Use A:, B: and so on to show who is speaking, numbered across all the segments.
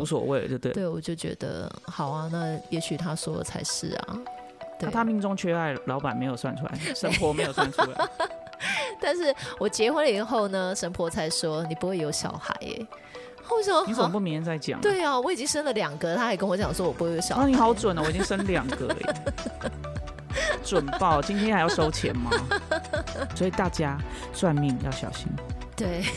A: 无所谓，对不对？
B: 对，我就觉得好啊，那也许他说的才是啊。对
A: 那，他命中缺爱，老板没有算出来， 生活没有算出 来，
B: 但是我结婚了以后呢，神婆才说你不会有小孩耶、为什么？
A: 你怎么不明天再讲、啊？
B: 对啊，我已经生了两个，他还跟我讲说我不会有小
A: 啊，
B: 孩。
A: 你好准哦，我已经生两个了耶，准爆！今天还要收钱吗？ 所以大家算命要小心。
B: 对，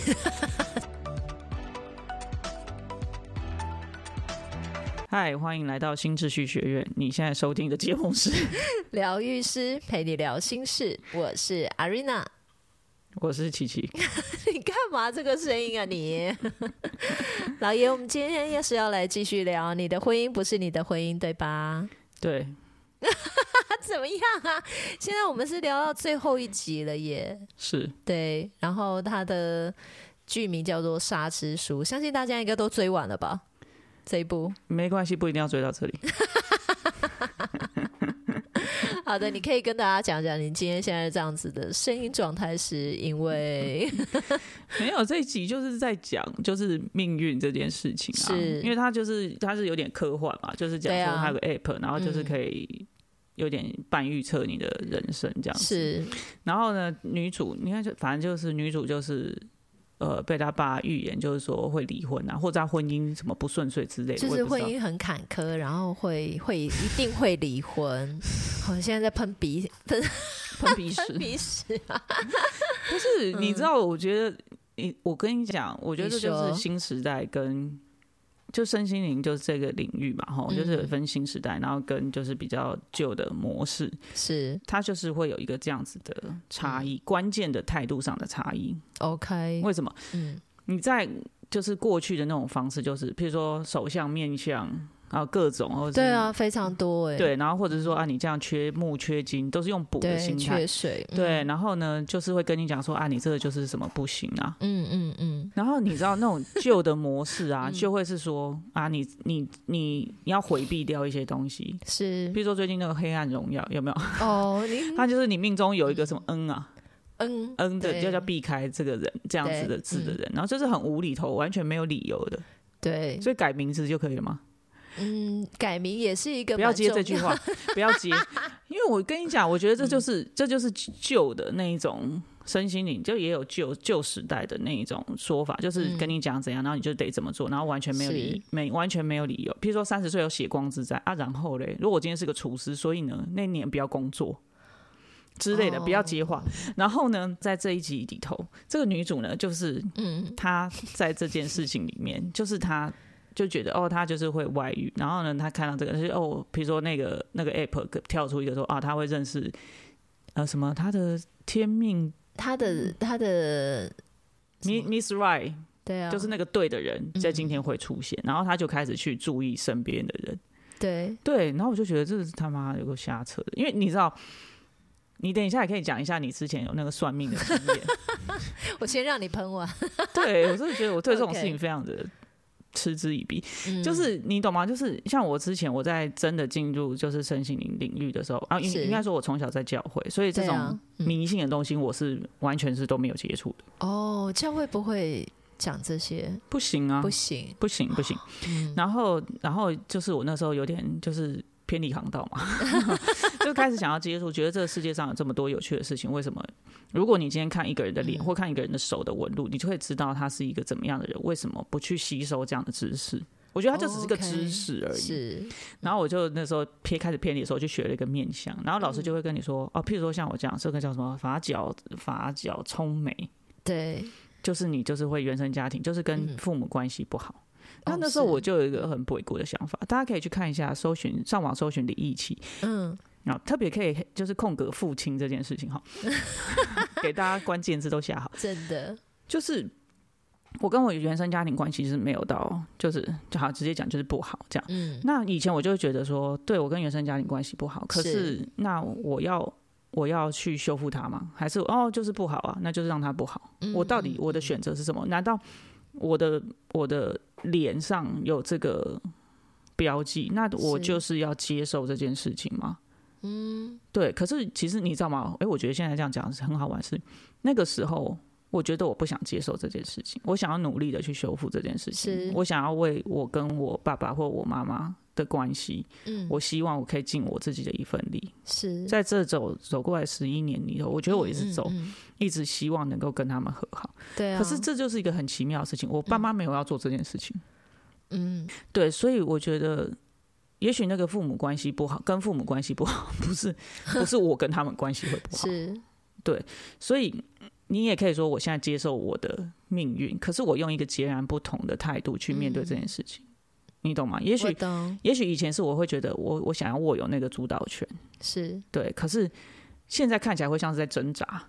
A: 嗨，欢迎来到新秩序学院，你现在收听的节目是，
B: 疗愈师陪你聊心事，我是 Arena。
A: 我是琪琪，
B: 你干嘛这个声音啊你？ 老爷，我们今天也是要来继续聊你的婚姻不是你的婚姻，对吧？
A: 对，
B: 啊，怎么样啊？现在我们是聊到最后一集了耶。
A: 是
B: 对，然后它的剧名叫做《沙之书》，相信大家应该都追完了吧？这一部。
A: 没关系，不一定要追到这里。
B: 好的，你可以跟大家讲讲你今天现在这样子的声音状态，是因 为
A: 没有这一集就是在讲就是命运这件事情啊，
B: 是
A: 因为它就是它是有点科幻嘛，就是讲
B: 对
A: 说
B: 啊
A: 它有个 app，、然后就是
B: 嗯
A: 可以有点半预测你的人生这样子。
B: 是
A: 然后呢，女主你看就反正就是女主就是。呃，被她爸预言就是说会离婚啊，或者她婚姻什么不顺遂之类的，
B: 就
A: 我
B: 是
A: 也不
B: 婚
A: 知道。
B: 姻很坎坷，然后会会一定会离婚。我现在在喷鼻喷
A: 喷鼻屎
B: 喷 鼻屎，
A: 不是，你知道？我觉得你，我跟你讲，我觉得
B: 嗯你
A: 这就是
B: 说
A: 新时代跟就身心灵就是这个领域嘛，哈，就是有
B: 嗯
A: 分新时代，然后跟就是比较旧的模式，
B: 是
A: 它就是会有一个这样子的
B: 嗯
A: 差异，关键的态度上的差异。
B: OK，
A: 为什么？
B: 嗯，
A: 你在就是过去的那种方式，就是譬如说手相、面相，然后各种，或者是
B: 对啊，非常多哎、
A: 对，然后或者是说啊，你这样缺木、缺金，都是用补的
B: 对，
A: 心态
B: 缺。水，嗯
A: 对，，然后呢，就是会跟你讲说啊，你这个就是什么不行啊，
B: 嗯嗯嗯，
A: 然后你知道那种旧的模式 啊，就会是说啊，你你你你要回避掉一些东西，
B: 是
A: 比如说最近那个《黑暗荣耀》有没有？
B: 哦，你
A: 它就是你命中有一个什么恩啊，
B: 嗯
A: 恩的
B: 对
A: 就叫避开这个人这样子的
B: 对嗯
A: 字的人，然后就是很无厘头，完全没有理由的，
B: 对，
A: 所以改名字就可以了吗？
B: 嗯，改名也是一个
A: 不要
B: 蛮
A: 接
B: 重嗯
A: 这句话，不要接，因为我跟你讲，我觉得这就是、这就是旧的那一种身心灵，就也有旧旧时代的那一种说法，就是
B: 嗯
A: 跟你讲怎样，然后你就得怎么做，然后完全没有理
B: 是
A: 没完全没有理由。譬如说三十岁有血光之灾啊，然后嘞，如果我今天是个厨师，所以呢那年不要工作。之类的，不要接
B: 哦
A: 话。然后呢，在这一集里头，这个女主呢，就是
B: 嗯，
A: 她在这件事情里面， 就是她就觉得哦，她就是会外遇，然后呢，她看到这个就是哦，比如说那个那个 app 个跳出一个说啊，她会认识呃什么她的天命
B: 他的他的
A: Mi- Miss Right，
B: 对啊，
A: 就是那个对的人在
B: 嗯
A: 今天会出现，然后她就开始去注意身边的人，
B: 对
A: 对，然后我就觉得这是他妈有个瞎扯的，因为你知道。你等一下也可以讲一下你之前有那个算命的经 验，
B: 我先让你喷完，
A: 对我真的觉得我对这种
B: OK
A: 事情非常的嗤之以鼻。
B: 嗯
A: 就是你懂吗？就是像我之前我在真的进入就是身心灵领域的时候啊，应
B: 是
A: 应该说我从小在教会，所以这
B: 对啊
A: 种
B: 嗯
A: 迷信的东西我是完全是都没有接触的。
B: 哦，教会不会讲这些，
A: 不行啊，
B: 不行，嗯
A: 不行 不行。然后然后就是我那时候有点就是偏离航道 嘛， 就开始想要接触，觉得这个世界上有这么多有趣的事情，为什么？如果你今天看一个人的
B: 嗯
A: 脸、或看一个人的手的纹路，你就会知道他是一个怎么样的人，为什么不去吸收这样的知识？我觉得它就只是个
B: 哦 OK，
A: 知识而已。
B: 是
A: 然后我就那时候偏开始偏离的时候，就学了一个面相，然后老
B: 嗯
A: 师就会跟你说，哦，譬如说像我这样，这个叫什么法角法角聪眉，
B: 对，
A: 就是你就是会原生家庭，就是跟
B: 嗯
A: 父母关系不好。那
B: 哦
A: 那时候
B: 是
A: 我就有一个很不为过的想法，大家可以去看一下，搜寻上网搜寻李义气，
B: 嗯，
A: 然后特别可以就是空格父亲这件事情 哈，给大家关键字都写好。
B: 真的，
A: 就是我跟我原生家庭关系是没有到，就是就好直接讲就是不好这样。
B: 嗯，
A: 那以前我就会觉得说，对我跟原生家庭关系不好，可是那我要我要去修复它吗？还是哦，就是不好啊，那就是让它不好。
B: 嗯
A: 我到底我的选择是什么？难道我的我的脸上有这个标记，那我
B: 是
A: 就是要接受这件事情吗？嗯，对。可是其实你知道吗？哎、我觉得现在这样讲是很好玩，是那个时候我觉得我不想接受这件事情，我想要努力的去修复这件事
B: 是
A: 情，我想要为我跟我爸爸或我妈妈的关系，
B: 嗯，
A: 我希望我可以尽我自己的一份力。
B: 是
A: 在这走走过来十一年里头，我觉得我一直走，
B: 嗯嗯
A: 一直希望能够跟他们和好。
B: 嗯对啊，
A: 可是这就是一个很奇妙的事情，我爸妈没有要做这件事情，
B: 嗯，
A: 对，所以我觉得。也许那个父母关系不好，跟父母关系不好，不是不是我跟他们关系会不好，
B: 是
A: 所以嗯你也可以说，我现在接受我的命运，可是我用一个截然不同的态度去面对这件事情，你懂吗？也
B: 嗯我
A: 许，
B: 懂，
A: 也许以前是我会觉得我我想要握有那个主导权，
B: 是
A: 对，可是现在看起来会像是在挣 扎。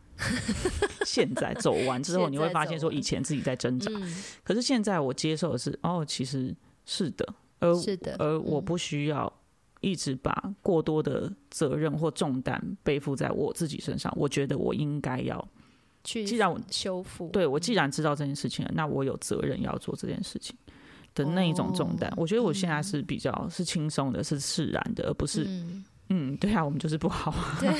A: 现在走完之后，
B: 现在
A: 你会发现
B: 走
A: 说
B: 完
A: 以前自己在挣扎，
B: 嗯，
A: 可是现在我接受的是，哦，其实是的，而
B: 是的，
A: 而我不需要一直把过多的责任或重担背负在我自己身上，我觉得我应该要
B: 去嗯
A: 既然我
B: 修复，
A: 对我既然知道这件事情了，那我有责任要做这件事情的那一种重担。
B: 哦
A: 我觉得我现在是比较是轻松的，是释然的，而不是
B: 嗯，嗯
A: 嗯对啊，我们就是不好。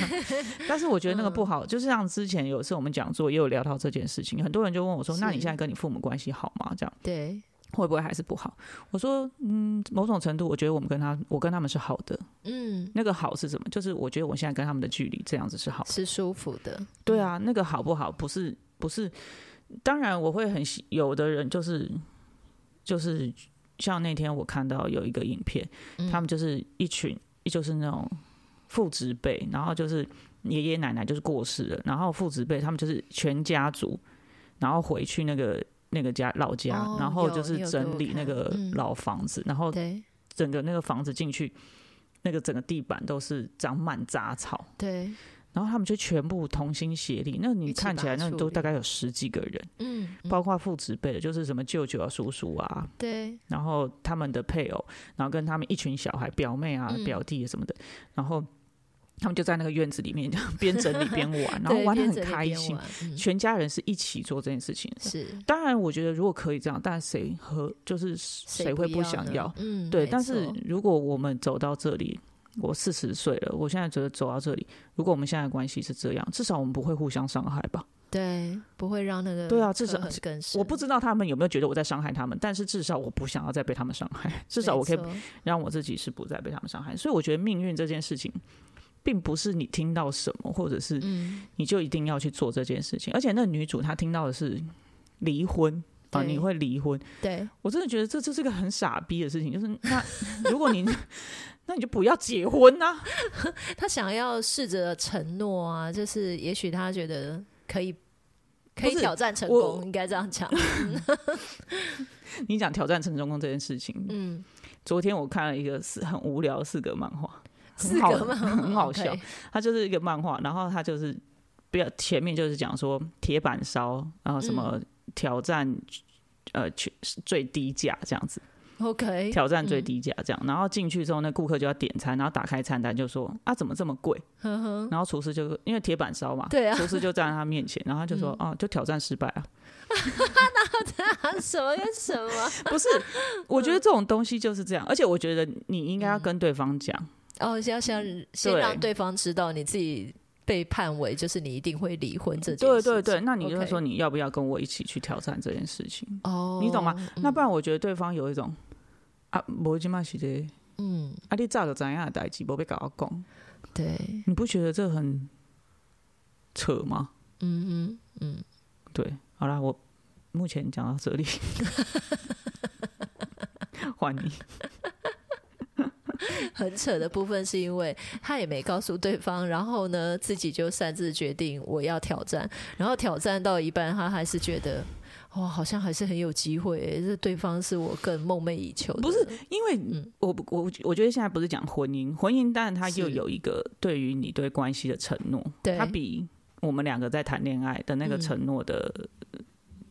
A: 但是我觉得那个不好，就是像之前有一次我们讲座也有聊到这件事情，很多人就问我说：“
B: 是
A: 那你现在跟你父母关系好吗？”这样
B: 对，
A: 会不会还是不好？我说：“嗯，某种程度，我觉得我们跟他，我跟他们是好的。
B: 嗯，
A: 那个好是什么？就是我觉得我现在跟他们的距离这样子是好的。”
B: 是舒服的，
A: 对啊，那个好不好？不是不是，当然我会很喜，有的人就是就是像那天我看到有一个影片，
B: 嗯
A: 他们就是一群就是那种父职辈，然后就是爷爷奶奶就是过世了，然后父职辈他们就是全家族，然后回去那个。那个家老家，
B: 哦
A: 然后
B: 有
A: 就是
B: 你有给我
A: 整理那
B: 看
A: 个
B: 嗯
A: 老房子，然后
B: 对
A: 整个那个房子进去，那个整个地板都是长满杂草，
B: 对，
A: 然后他们就全部同心协力。那
B: 一
A: 你
B: 起
A: 看起来，
B: 把它
A: 那
B: 处
A: 都
B: 理
A: 大概有十几个人，
B: 嗯，嗯
A: 包括父子辈的，就是什么舅舅啊、叔叔啊，
B: 对，
A: 然后他们的配偶，然后跟他们一群小孩、表妹啊
B: 嗯、
A: 表弟什么的，然后他们就在那个院子里面这样边整理边 玩，然后
B: 对
A: 玩的
B: 边
A: 很
B: 整理
A: 开
B: 边
A: 心。
B: 玩嗯
A: 全家人是一起做这件事情的。
B: 是
A: 当然，我觉得如果可以这样，但谁和就是谁会
B: 不
A: 想
B: 呢
A: 要？？
B: 嗯，
A: 对，
B: 没
A: 但是
B: 错
A: 如果我们走到这里，我四十岁了，我现在觉得走到这里，如果我们现在的关系是这样，至少我们不会互相伤害吧？
B: 对不会让那个
A: 对啊至
B: 刻
A: 少
B: 痕更深，
A: 我不知道他们有没有觉得我在伤害他们，但是至少我不想要再被他们伤害，至少
B: 没
A: 我可以
B: 错
A: 让我自己是不再被他们伤害。所以我觉得命运这件事情。并不是你听到什么，或者是
B: 嗯，
A: 你就一定要去做这件事情。而且那女主她听到的是离婚啊，
B: 对
A: 你会离婚，
B: 对，
A: 我真的觉得这这是个很傻逼的事情。就是那 如果你，那你就不要结婚啊呐、
B: 他想要试着承诺啊，就是也许他觉得可以。可以
A: 不是
B: 挑战成
A: 我
B: 功，应该这 样讲。
A: 你讲挑战成成功这件事情，
B: 嗯，
A: 昨天我看了一个四很无聊的四格漫画，
B: 四
A: 很好
B: 个嘛，
A: 很好
B: 可
A: 笑
B: 以。
A: 它就是一个漫画，然后它就是比较前面就是讲说铁板烧，然后什么
B: 嗯
A: 挑战、呃去最低价这样子，
B: OK，
A: 挑战
B: 嗯
A: 最低价这样，然后进去之后，那顾客就要点餐，然后打开餐单就说啊怎么这么贵，
B: 呵呵，
A: 然后厨师就因为铁板烧嘛，
B: 对啊嗯
A: 厨师就站在他面前，然后他就说哦、就挑战失败啊，
B: 啊什么跟什么？
A: 不是，我
B: 嗯
A: 觉得这种东西就是这样，而且我觉得你应该要跟对方讲。
B: 哦，先要先先
A: 对
B: 让对方知道你自己被判为就是你一定会离婚这件
A: 对
B: 事情
A: 对对，那你就是说
B: OK
A: 你要不要跟我一起去挑战这件事情？
B: 哦，
A: 你懂吗？那不然我觉得对方有一种啊，我今嘛是的，
B: 嗯，
A: 啊你早就怎样的代志，不被搞到讲，
B: 对，
A: 你不觉得这很扯吗？
B: 嗯嗯嗯，
A: 对，好啦，我目前讲到这里， 换你。
B: 很扯的部分是因为他也没告诉对方，然后呢自己就擅自决定我要挑战，然后挑战到一半，他还是觉得。哇、好像还是很有机会耶，这对方是我更梦寐以求的。
A: 不是，因为
B: 嗯
A: 我不我我觉得现在不是讲婚姻，婚姻当然它又
B: 是
A: 有一个对于你对关系的承诺，
B: 对嗯
A: 它比我们两个在谈恋爱的那个承诺的、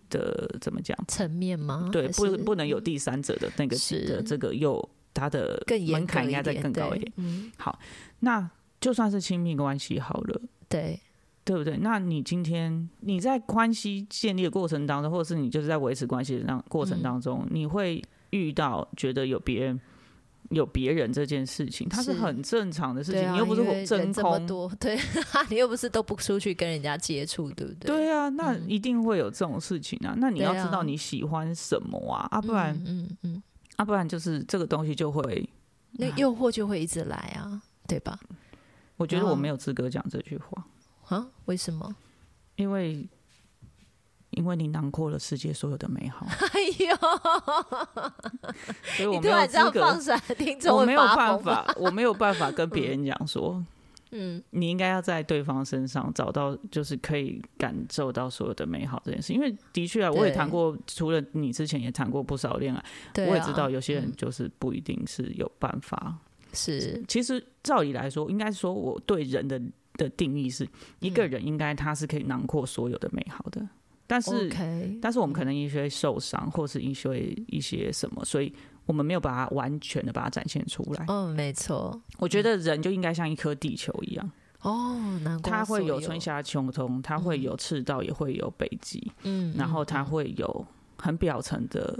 A: 的怎么讲？
B: 层面吗？
A: 对，
B: 还
A: 不
B: 是嗯
A: 不能有第三者的那个
B: 是
A: 的这个又它的
B: 更严
A: 门
B: 格
A: 槛
B: 一
A: 应该再
B: 点
A: 更高一
B: 对
A: 点。
B: 嗯，
A: 那就算是亲密关系好了。
B: 对，
A: 对不对？那你今天你在关系建立的过程当中，或者是
B: 嗯
A: 你就是在维持关系的那过程当中，你会遇到觉得有别人有别人这件事情，它是
B: 是
A: 很正常的事
B: 对
A: 情，
B: 啊，
A: 你又不
B: 因为
A: 是真
B: 人这么
A: 空。
B: 多， 对，你又不是都不出去跟人家接触，对不对？
A: 对啊，那
B: 嗯
A: 一定会有这种事情啊。那你要
B: 对啊
A: 知道你喜欢什么啊，啊不然、
B: 嗯嗯嗯，
A: 啊不然就是这个东西就会，
B: 那
A: 啊
B: 诱惑就会一直来啊，对吧？
A: 我觉得
B: 然后
A: 我没有资格讲这句话，
B: 啊，为什么？
A: 因为因为你囊括了世界所有的美好，
B: 哎呦，
A: 所以我
B: 你
A: 没
B: 突
A: 有
B: 然这
A: 资
B: 样
A: 格
B: 放，闪，听众
A: 我
B: 会
A: 没有
B: 发
A: 办
B: 疯吧
A: 法，我没有办法跟别人讲说。
B: 嗯，
A: 你应该要在对方身上找到，就是可以感受到所有的美好这件事。因为的确啊，
B: 对
A: 我也谈过，除了你之前也谈过不少恋爱，
B: 对、啊，
A: 我也知道有些人
B: 嗯
A: 就是不一定是有办法。
B: 是
A: 其实照理来说，应该说我对人的的定义是一个人应该他是可以囊括所有的美好的，但是
B: OK，
A: 但是我们可能因为受伤，或是因为一些什么，所以我们没有把它完全的把它展现出来。
B: 嗯，没错，
A: 我觉得人就应该像一颗地球一样。
B: 哦，难怪
A: 它会
B: 所
A: 有春夏秋冬，它会有赤道，也会有北极，
B: 嗯，
A: 然后
B: 嗯
A: 它会有很表层的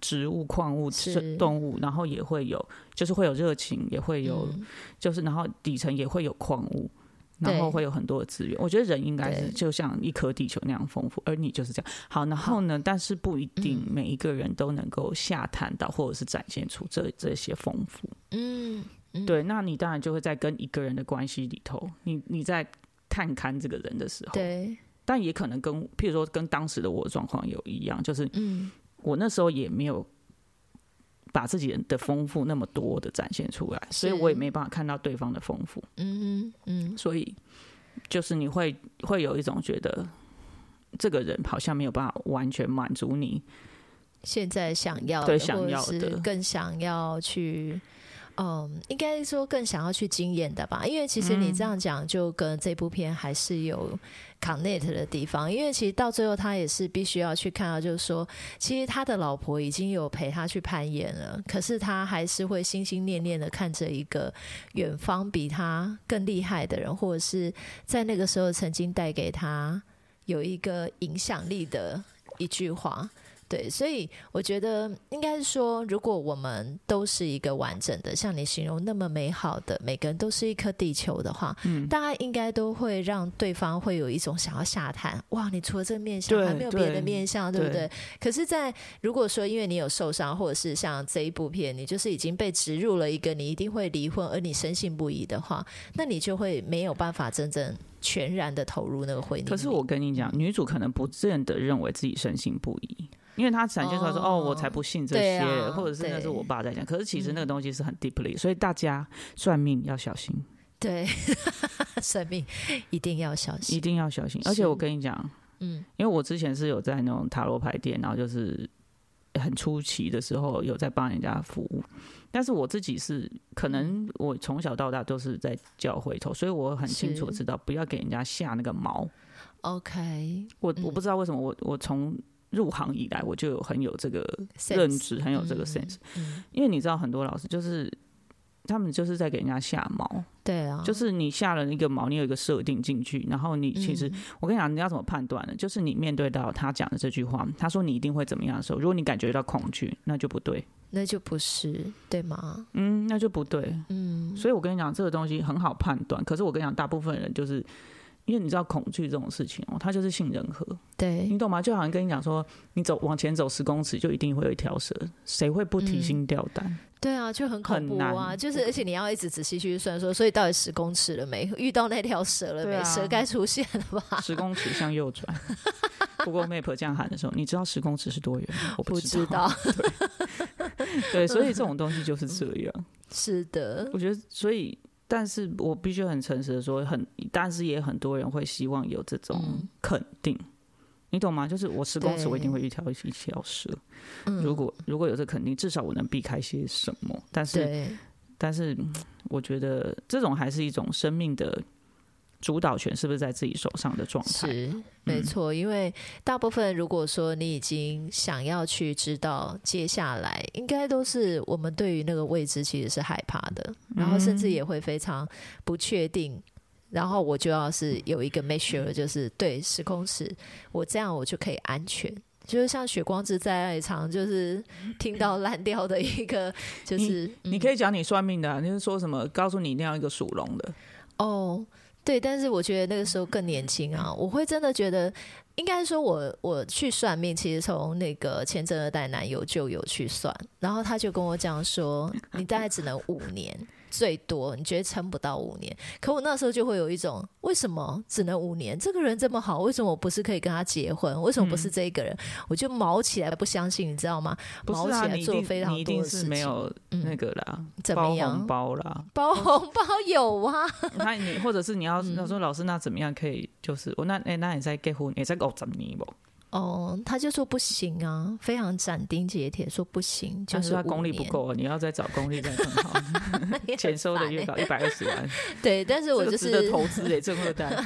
A: 植物、矿物、
B: 是
A: 生动物，然后也会有，就是会有热情，也会有，
B: 嗯
A: 就是然后底层也会有矿物。然后
B: 对
A: 会有很多的资源，我觉得人应该是
B: 对
A: 就像一颗地球那样丰富，而你就是这样。好，然后呢？但是不一定
B: 嗯
A: 每一个人都能够下探到，或者是展现出这这些丰富。
B: 嗯，
A: 对，那你当然就会在跟一个人的关系里头，你你在探勘这个人的时候，
B: 对，
A: 但也可能跟，譬如说跟当时的我的状况有一样，就是
B: 嗯，
A: 我那时候也没有把自己的丰富那么多的展现出来，所以
B: 是
A: 我也没办法看到对方的丰富，
B: 嗯嗯
A: 所以就是你会会有一种觉得。这个人好像没有办法完全满足你，
B: 现在想要
A: 对
B: 的
A: 想
B: 或者
A: 要
B: 是
A: 的
B: 更想要去，嗯，应该说更想要去经验的吧。因为其实
A: 嗯
B: 你这样讲，就跟这部片还是有 connect 的地方。因为其实到最后，他也是必须要去看到，就是说，其实他的老婆已经有陪他去攀岩了，可是他还是会心心念念的看着一个远方比他更厉害的人，或者是在那个时候曾经带给他有一个影响力的一句话。对，所以我觉得应该是说，如果我们都是一个完整的，像你形容那么美好的，每个人都是一颗地球的话，
A: 嗯，
B: 大家应该都会让对方会有一种想要下探，哇，你除了这个面相，
A: 对
B: 还没有别
A: 对
B: 的面相，对不
A: 对
B: 对？可是在，如果说因为你有受伤，或者是像这一部片，你就是已经被植入了一个你一定会离婚，而你深信不疑的话，那你就会没有办法真正全然的投入那个婚姻里。
A: 可是我跟你讲，
B: 嗯
A: 女主可能不见得认为自己深信不疑，因为她展现出来说：“哦，
B: 哦
A: 我才不信这
B: 对
A: 些，
B: 啊
A: 或者是那是
B: 对嗯
A: 我爸在讲。”可是其实那个东西是很 deeply，、所以大家算命要小心，
B: 对 生命一定要小
A: 一
B: 心，
A: 定要小心。而且我跟你讲，
B: 嗯。
A: 因为我之前是有在那种塔罗牌店，然后就是很出奇的时候有在帮人家服务，但是我自己是可
B: 嗯
A: 能我从小到大都是在教会头，所以我很清楚地
B: 是
A: 知道不要给人家下那个毛。
B: OK，
A: 我
B: 嗯
A: 我不知道为什么我我从入行以来我就有很有这个
B: sense
A: 认知，很有这个 sense，、
B: 嗯，
A: 因为你知道很多老师就是。他们就是在给人家下毛，
B: 对啊，
A: 就是你下了一个毛，你有一个设定进去，然后你其实、
B: 嗯
A: 我跟你讲，你要怎么判断呢？就是你面对到他讲的这句话，他说你一定会怎么样的时候，如果你感觉到恐惧，那就不对，
B: 那就不是对吗？
A: 嗯，那就不对。
B: 嗯，
A: 所以我跟你讲，这个东西很好判断。可是我跟你讲，大部分人就是因为你知道恐惧这种事情哦、它就是杏仁核，
B: 对
A: 你懂吗？就好像跟你讲说，你走往前走十公尺，就一定会有一条蛇，谁会不提
B: 嗯
A: 心吊胆？
B: 对啊，就很恐怖
A: 很
B: 啊！
A: 难
B: 就是而且你要一直仔细去算说，所以到底十公尺了没？遇到那条蛇了没？
A: 对啊
B: 蛇该出现了吧？
A: 十公尺向右转。不过 Map 这样喊的时候，你知道十公尺是多远吗？我
B: 不
A: 知
B: 知道，
A: 对，所以这种东西就是这样。
B: 是的，
A: 我觉得，所以，但是我必须很诚实的说，很，但是也很多人会希望有这种
B: 嗯
A: 肯定，你懂吗？就是我十公尺，
B: 对
A: 我一定会遇到一条蛇。
B: 嗯
A: 如果如果有这肯定，至少我能避开些什么。但是，
B: 对，
A: 但是，嗯我觉得这种还是一种生命的主导权，是不是在自己手上的状态？嗯
B: 是没错，因为大部分如果说你已经想要去知道接下来，应该都是我们对于那个未知其实是害怕的，
A: 嗯
B: 然后甚至也会非常不确定。然后我就要是有一个 measure，就是对十公尺，我这样我就可以安全。就是像《血光之灾》也常就是听到烂掉的一个，就是
A: 嗯
B: 嗯
A: 你可以讲你算命的、啊，就是说什么告诉你一定要一个属龙的，
B: 哦，对，但是我觉得那个时候更年轻啊，我会真的觉得，应该说我我去算命，其实从那个前正二代男友就有去算，然后他就跟我讲说，你大概只能五年。最多你觉得撑不到五年，可我那时候就会有一种为什么只能五年？这个人这么好，为什么我不是可以跟他结婚？为什么不是这一个人？我就毛起来不相信，你知道吗？
A: 嗯不
B: 毛
A: 是
B: 起
A: 啊？
B: 来
A: 你一
B: 做非
A: 定
B: 常
A: 你一
B: 多
A: 定
B: 的事
A: 是没
B: 情
A: 有
B: 嗯
A: 那个啦，
B: 怎么
A: 包
B: 样
A: 红包 啦，
B: 包红包有啊，
A: 那你或者是你要他说老师那怎么样可以就是我那哎、那你在结婚也在搞怎么不？
B: 哦，他就说不行啊，非常斩钉截铁说不行，
A: 他
B: 是
A: 说他
B: 五
A: 功力不
B: 年，
A: 够，你要再找功力再更 好，
B: 你很
A: 钱收的
B: 烦
A: 越
B: 欸
A: 高，一百二十万，
B: 对，但是我
A: 这
B: 就
A: 个值得
B: 是，
A: 投资诶，这二 代。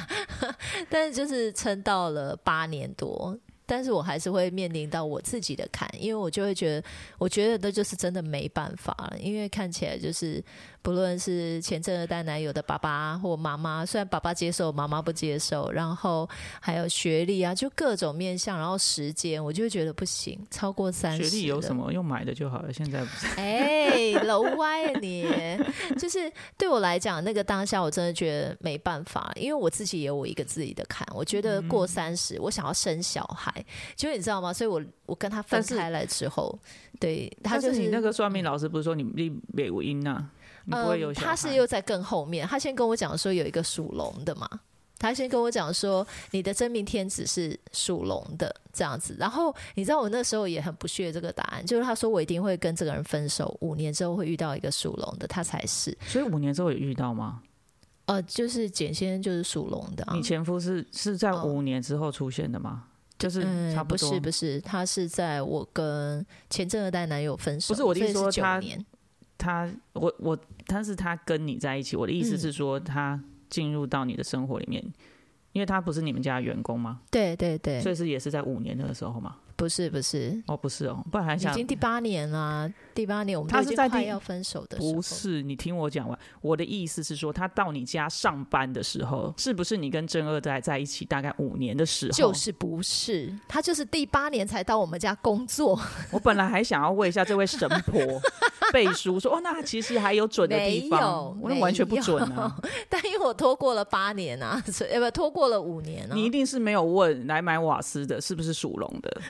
B: 但是就是撑到了八年多。但是我还是会面临到我自己的坎，因为我就会觉得，我觉得那就是真的没办法了，因为看起来就是，不论是前正二代男友的爸爸或妈妈，虽然爸爸接受，妈妈不接受，然后还有学历啊，就各种面向，然后时间，我就会觉得不行，超过三
A: 学
B: 十，
A: 历有什么用买的就好了，现在不是。
B: 哎，楼歪了你！就是对我来讲，那个当下我真的觉得没办法，因为我自己也有我一个自己的坎。我觉得
A: 嗯
B: 过三十、我想要生小孩，结果你知道吗？所以我我跟他分
A: 但是
B: 开来之后，对他
A: 但
B: 就是
A: 你那个算命老师不是说你你美无音呐，你不会有
B: 嗯，
A: 小
B: 他是
A: 孩
B: 又在更后面，他先跟我讲说有一个属龙的嘛，他先跟我讲说你的真命天子是属龙的这样子，然后你知道我那时候也很不屑这个答案，就是他说我一定会跟这个人分手，五年之后会遇到一个属龙的，他才是，
A: 所以五年之后也遇到吗？
B: 呃，就是简先生就是属龙的、啊
A: 你，前夫是是在
B: 哦
A: 五年之后出现的吗？就是
B: 嗯
A: 差，
B: 不
A: 多。
B: 是不是，他是在我跟前正二代男友分手，
A: 不是我的意思
B: 所以
A: 说他
B: 九年，
A: 他我我，但是他跟你在一起，我的意思
B: 嗯
A: 是说他进入到你的生活里面，因为他不是你们家的员工吗？
B: 对对对
A: 所，以是也是在五年那个时候嘛？
B: 不是不是。
A: 哦，不是哦，不然还
B: 已
A: 想
B: 经第八年啦，第八年我们
A: 他
B: 都已
A: 是
B: 经
A: 在
B: 快
A: 第
B: 要分手的时候，
A: 不是，你听我讲完。我的意思是说，他到你家上班的时候，是不是你跟正二代在一起大概五年的时候？
B: 就是不是，他就是第八年才到我们家工作，
A: 我本来还想要问一下这位神婆背书说，哦，那他其实还有准的地
B: 没
A: 方
B: 有，
A: 我那完全不准啊！
B: 但因为我拖过了八年啊，所以呃不拖过了五年 啊，
A: 你一定是没有问来买瓦斯的是不是属龙 的？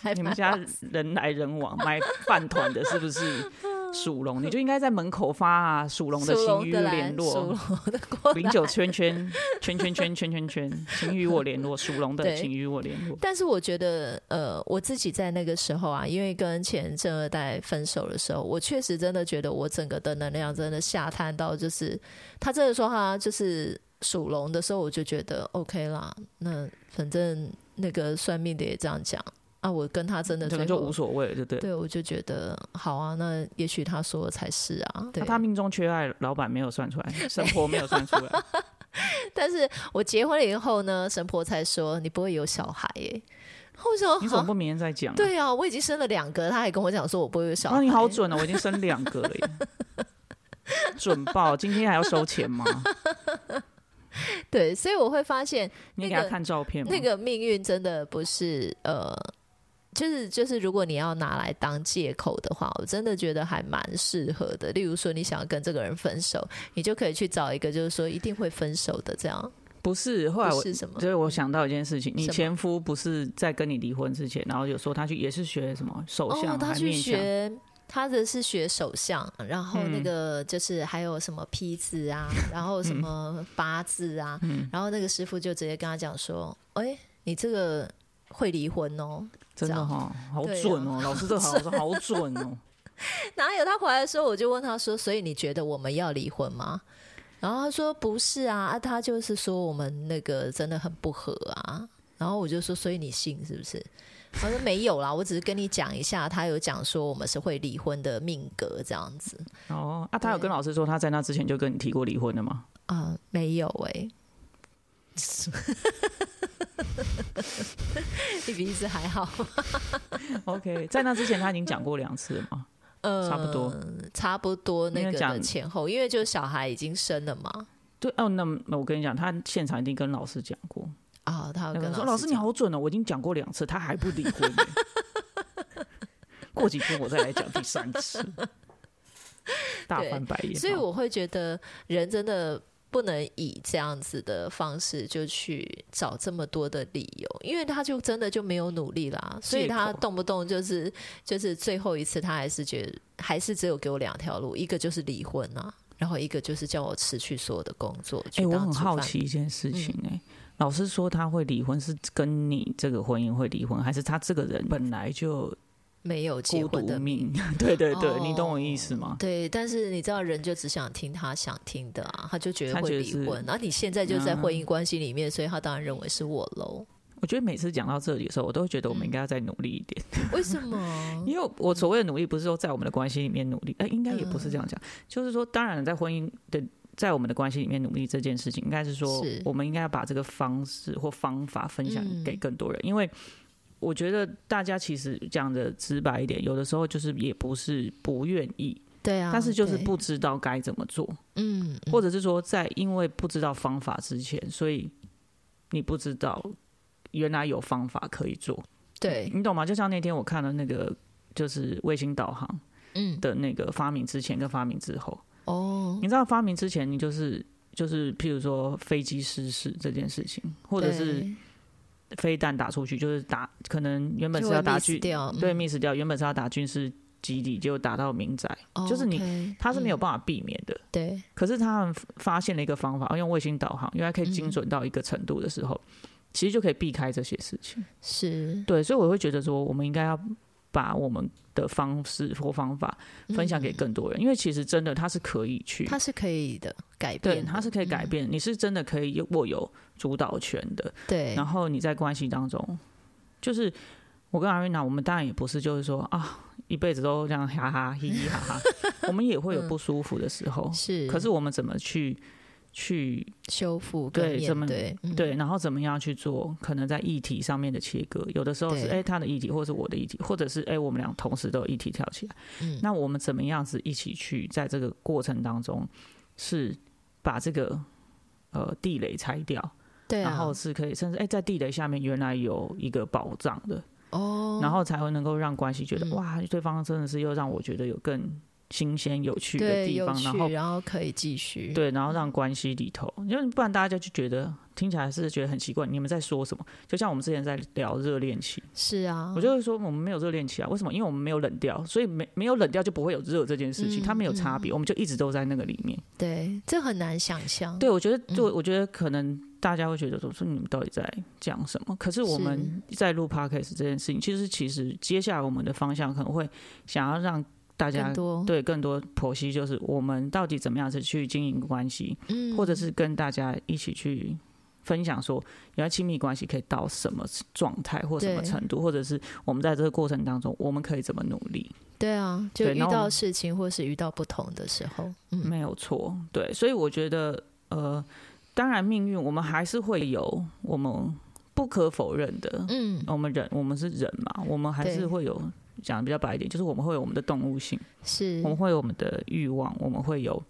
B: 还
A: 你
B: 蛮
A: 们家人来人往，买饭团的是不是属龙？你就应该在门口发啊，属龙的
B: 属
A: 请
B: 龙
A: 与
B: 的
A: 我
B: 来
A: 联
B: 属
A: 络，
B: 龙 的过
A: 零
B: 来。
A: 九圈圈圈圈圈圈圈圈，请与我联络，属龙的
B: 对
A: 请与我联络。
B: 但是我觉得，呃，我自己在那个时候啊，因为跟前正二代分手的时候，我确实真的觉得我整个的能量真的下探到，就是他真的说他就是属龙的时候，我就觉得 OK 啦，那反正那个算命的也这样讲啊，我跟他真的
A: 嗯可能
B: 最
A: 就
B: 后
A: 无所谓了，对不对？
B: 对，我就觉得好啊，那也许他说的才是啊。对
A: 那，他命中缺爱，老板没有算出来，神婆没有算出 来，
B: 但是我结婚了以后呢，神婆才说你不会有小孩耶、然后我想
A: 你
B: 说
A: 怎么
B: 啊
A: 不明天再讲啊？
B: 对啊，我已经生了两个，他还跟我讲说我不会有小孩。
A: 啊，你好准哦，我已经生两个了耶，准爆！今天还要收钱吗？
B: 对，所以我会发现
A: 你给
B: 那
A: 他
B: 个
A: 看照片吗？
B: 那个命运真的不是呃。就是就是，如果你要拿来当借口的话，我真的觉得还蛮适合的。例如说，你想要跟这个人分手，你就可以去找一个就是说一定会分手的这样。
A: 不是，后来
B: 不
A: 我
B: 是什么？
A: 所以我想到一件事情，你
B: 什么
A: 前夫不是在跟你离婚之前，然后有说他去也是学什么手
B: 哦
A: 相，
B: 他
A: 还
B: 去
A: 面相，嗯
B: 学。他的是学手相，然后那个就是还有什么批字啊，然后什么八字啊，
A: 嗯
B: 然后那个师傅就直接跟他讲说：“哎、你这个会离婚哦。
A: 真的
B: 这样
A: 哈、好
B: 对啊
A: 准哦！老师 这个好，我说好准哦。”
B: 哪有他回来的时候，我就问他说：“所以你觉得我们要离婚吗？”然后他说：“不是啊，啊他就是说我们那个真的很不合啊。”然后我就说：“所以你信是不是？”他说：“没有啦，我只是跟你讲一下，他有讲说我们是会离婚的命格这样子。”
A: 哦，啊，他有跟老师说他在那之前就跟你提过离婚了吗？
B: 啊、没有哎、你鼻子还好，
A: OK，在那之前他已经讲过两次了 嘛，
B: 呃
A: 差不多。
B: 差不多那
A: 因为
B: 个的
A: 讲
B: 前后，因为就小孩已已经生了嘛。
A: 对哦，那么我跟你讲，他现场一定跟老师讲过，
B: 啊，他要
A: 那个
B: 跟
A: 人说：“老师
B: 师
A: 你
B: 讲
A: 好准哦，我已经讲过两次，他还不离婚耶。过几天我再来讲第三 次，大
B: 对
A: 翻白眼。哦
B: 所以我会觉得人真的不能以这样子的方式就去找这么多的理由，因为他就真的就没有努力啦，所以
A: 借口
B: 他动不动就是就是最后一次，他还是觉得还是只有给我两条路，一个就是离婚啊，然后一个就是叫我辞去所有的工作。
A: 哎、
B: 去
A: 我
B: 当嗯
A: 很
B: 煮
A: 好
B: 饭
A: 奇一件事情、哎、老师说他会离婚，是跟你这个婚姻会离婚，还是他这个人本来就
B: 没有结
A: 孤
B: 婚
A: 独
B: 的哦
A: 命？ 对对对，你懂我意思吗？
B: 对，但是你知道，人就只想听他想听的啊，他就觉得
A: 他觉
B: 会
A: 得
B: 离
A: 是
B: 婚。然后你现在就在
A: 嗯
B: 婚姻关系里面，所以他当然认为是我喽。
A: 我觉得每次讲到这里的时候，我都会觉得我们
B: 嗯
A: 应该要再努力一点，
B: 为什么？
A: 因为我所谓的努力，不是说在我们的关系里面努力，哎、应该也不是这样
B: 嗯
A: 讲，就是说，当然在婚姻的。在我们的关系里面努力这件事情，应该是说
B: 是
A: 我们应该要把这个方式或方法分享
B: 嗯
A: 给更多人，因为我觉得大家其实讲的直白一点，有的时候就是也不是不愿意，
B: 对啊，
A: 但是就是
B: 对
A: 不知道该怎么做，
B: 嗯，嗯
A: 或者是说在因为不知道方法之前，所以你不知道原来有方法可以做，
B: 对，
A: 你懂吗？就像那天我看了那个就是卫星导航
B: 嗯，
A: 的那个发明之前跟发明之后，
B: 哦，
A: 你知道发明之前你就是就是譬如说飞机失事这件事情，或者是
B: 对
A: 飞弹打出去，就是打可能原本
B: 就是会
A: 要打
B: miss
A: 军
B: 掉，
A: 对
B: 嗯
A: miss 掉，原本是要打军事基地，结果打到民宅，就是你
B: 嗯 OK，
A: 它是没有
B: 嗯
A: 办法避免的。
B: 对，
A: 可是他们发现了一个方法，用卫星导航，原来可以
B: 嗯
A: 精准到一个程度的时候，其实就可以避开这些事情。
B: 是
A: 对，所以我会觉得说，我们应该要把我们的方式或方法分享给
B: 嗯
A: 更多人，因为其实真的它是可以去，
B: 他是可以的改
A: 对，
B: 变的，嗯
A: 它是可以改变，你是真的可以握有主导权的。
B: 对，
A: 然后你在关系当中，就是我跟阿瑞娜，我们当然也不是就是说啊，一辈子都这样哈哈嘻嘻哈 哈，我们也会有不舒服的时候，
B: 嗯是，
A: 可是我们怎么去去
B: 修复跟
A: 对
B: 面
A: 怎么
B: 对嗯
A: 对，然后怎么样去做？可能在议题上面的切割，有的时候是
B: 对
A: 哎、他的议题，或是我的议题，或者是哎、我们俩同时都有议题跳起来。
B: 嗯
A: 那我们怎么样子一起去在这个过程当中，是把这个呃地雷拆掉，
B: 对啊，
A: 然后是可以甚至哎、在地雷下面原来有一个宝藏的，
B: 哦，
A: 然后才会能够让关系觉得、
B: 嗯
A: 哇，对方真的是又让我觉得有更新鲜有趣的
B: 对
A: 地
B: 有
A: 方，然
B: 趣，
A: 后
B: 然后可以继续，
A: 对，然后
B: 嗯
A: 让关系里头，因为不然大家就觉得听起来是觉得很奇怪，你们在说什么？就像我们之前在聊热恋期，
B: 是啊，
A: 我就会说我们没有热恋期啊，为什么？因为我们没有冷掉，所以没没有冷掉就不会有热这件事情，
B: 嗯
A: 它没有差别，我们就一直都在那个里面。
B: 对，这很难想象。
A: 对，我觉得，就我觉得可能大家会觉得说，说你们到底在讲什么？可是我们在录 podcast 这件事情，其实其实接下来我们的方向可能会想要让大家
B: 更多，
A: 对更多剖析，就是我们到底怎么样子去经营关系，
B: 嗯
A: 或者是跟大家一起去分享说，原来亲密关系可以到什么状态或什么
B: 对
A: 程度，或者是我们在这个过程当中，我们可以怎么努力，
B: 对啊，就
A: 对
B: 遇
A: 然后我
B: 到
A: 们
B: 事情或是遇到不同的时候，嗯，
A: 没有错，对，所以我觉得，呃，当然命运我们还是会有我们不可否认的，
B: 嗯，
A: 我们人我们是人嘛，我们还
B: 对
A: 是会有讲的比较白一点，就是我们会有我们的动物性，
B: 是
A: 我，们会有我们的欲望，我们会有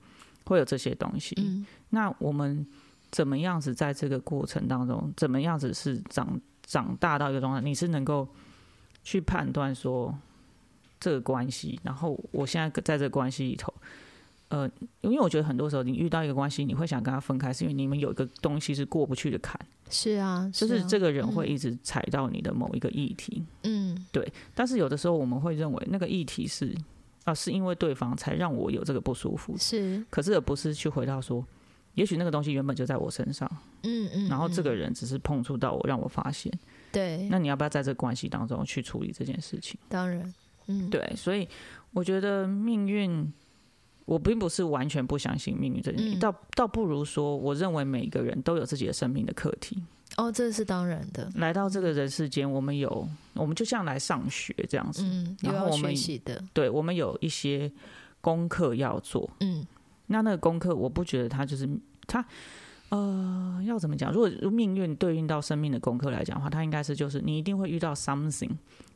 A: 会有这些东西，
B: 嗯，
A: 那我们怎么样子在这个过程当中，怎么样子是长长大到一个状态，你是能够去判断说这个关系，然后我现在在这个关系里头，呃，因为我觉得很多时候你遇到一个关系，你会想跟他分开，是因为你们有一个东西是过不去的坎，
B: 是啊，
A: 就是
B: 啊
A: 这个人会一直踩到你的某一个议题。
B: 嗯，
A: 但是有的时候我们会认为那个议题是啊、是因为对方才让我有这个不舒服，
B: 是，
A: 可是而不是去回到说，也许那个东西原本就在我身上。
B: 嗯嗯，
A: 然后这个
B: 嗯
A: 人只是碰触到我，让我发现。
B: 对，
A: 那你要不要在这关系当中去处理这件事情？
B: 当然，嗯，
A: 对，所以我觉得命运，我并不是完全不相信命运这件事情，
B: 嗯
A: 倒倒不如说，我认为每个人都有自己的生命的课题。
B: 哦，这是当然的，
A: 来到这个人世间，我们有，我们就像来上学这样子，
B: 嗯，又
A: 然后
B: 要
A: 我
B: 学
A: 们
B: 习的，
A: 对我们有一些功课要做。
B: 嗯，
A: 那那个功课，我不觉得它就是它，呃，要怎么讲？如果如命运对应到生命的功课来讲的话，它应该是就是你一定会遇到 something，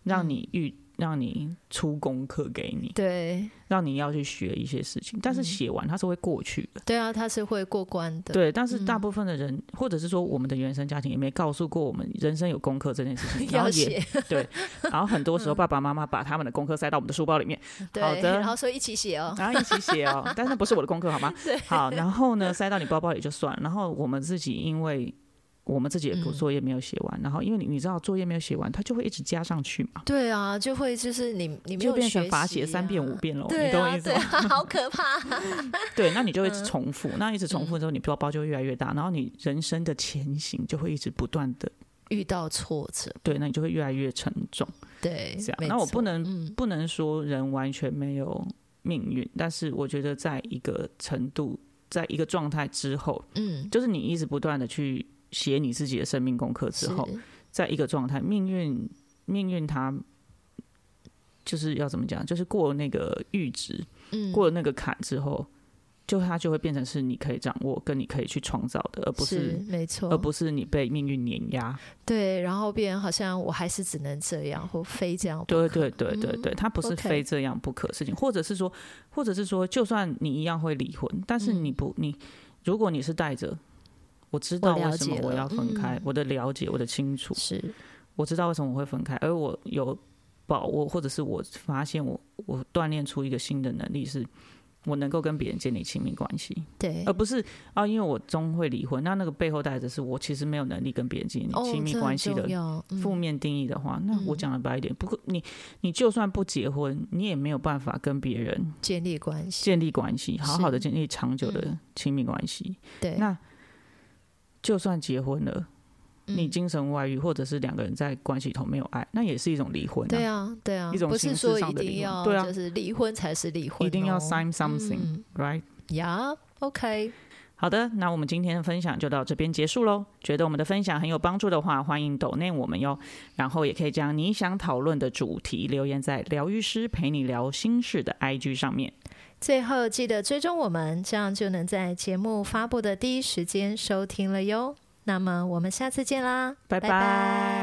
A: 让你遇让你出功课给你，
B: 嗯 对嗯
A: 让你要去学一些事情，但是写完它是会过去的。
B: 对啊，他是会过关的。
A: 对，但是大部分的人，或者是说我们的原生家庭也没告诉过我们人生有功课这件事 情，然后
B: 要
A: 也
B: 写，嗯
A: 对，然后很多时候爸爸妈妈把他们的功课塞到我们的书包里面，
B: 对，
A: 好的
B: 然后说一起 写哦。
A: 然后一起写哦，但是那不是我的功课好吗？好，然后呢塞到你包包里就算，然后我们自己因为我们自己也不
B: 嗯
A: 作业没有写完，然后因为你你知道作业没有写完，它就会一直加上去嘛，
B: 对啊，就会就是你你没
A: 就
B: 有
A: 变成
B: 学
A: 罚
B: 习
A: 写三遍
B: 啊
A: 五。遍喽，
B: 对
A: 你懂我
B: 啊，
A: 意思
B: 对
A: 吗？
B: 啊，嗯好 可怕！
A: 对，那你就会一直重复，那一直
B: 嗯
A: 重复之后，你包包就会越来越大，然后你人生的前行就会一直不断的，
B: 遇到挫折，
A: 对，那你就会越来越沉重。
B: 对
A: 这样，
B: 没
A: 啊那我
B: 错
A: 不能
B: 嗯
A: 不能说人完全没有命运，但是我觉得在一个程度，在一个状态之后，
B: 嗯，
A: 就是你一直不断的去写你自己的生命功课之
B: 是
A: 后，在一个状态，命运命运它就是要怎么讲，就是过那个阈值，
B: 嗯
A: 过了那个坎之后，就它就会变成是你可以掌握跟你可以去创造的，而不是
B: 是没错，
A: 而不是你被命运碾压。
B: 对，然后变好像我还是只能这样或非这样，嗯
A: 对对对对对，它不是
B: OK
A: 非这样不可事情，或者是说，或者是说，就算你一样会离婚，但是
B: 嗯
A: 你不，你如果你是带着我知道为什么我要分开，我
B: 我了解了嗯
A: 的了解，我的清楚，
B: 是
A: 我知道为什么我会分开，而我有把握，或者是我发现我我锻炼出一个新的能力是。我能够跟别人建立亲密关系，
B: 对
A: 而不是啊，因为我终会离婚。那那个背后带着是我其实没有能力跟别人建立
B: 哦
A: 亲密
B: 这很
A: 关系的
B: 重要嗯
A: 负面定义的话，那我
B: 嗯
A: 讲的白一点，不过你你就算不结婚，你也没有办法跟别人
B: 建立关系，
A: 建立关系，好好的建立长久的
B: 嗯
A: 亲密关系。
B: 对，
A: 那就算结婚了，你
B: 嗯
A: 精神外遇，或者是两个人在关系里头没有爱，那也是一种离婚、
B: 对
A: 啊，
B: 啊对啊，
A: 一种
B: 不是
A: 形式
B: 说
A: 上
B: 一
A: 的
B: 定
A: 离婚
B: 要
A: 对啊
B: 就是离婚才是离婚哦，嗯
A: 一定要 sign something，right？、
B: 呀，OK，
A: 好的，那我们今天的分享就到这边结束喽。觉得我们的分享很有帮助的话，欢迎抖内我们哟。然后也可以将你想讨论的主题留言在疗愈师陪你聊心事的 IG 上面。
B: 最后记得追踪我们，这样就能在节目发布的第一时间收听了哟。那么我们下次见啦，
A: 拜
B: 拜拜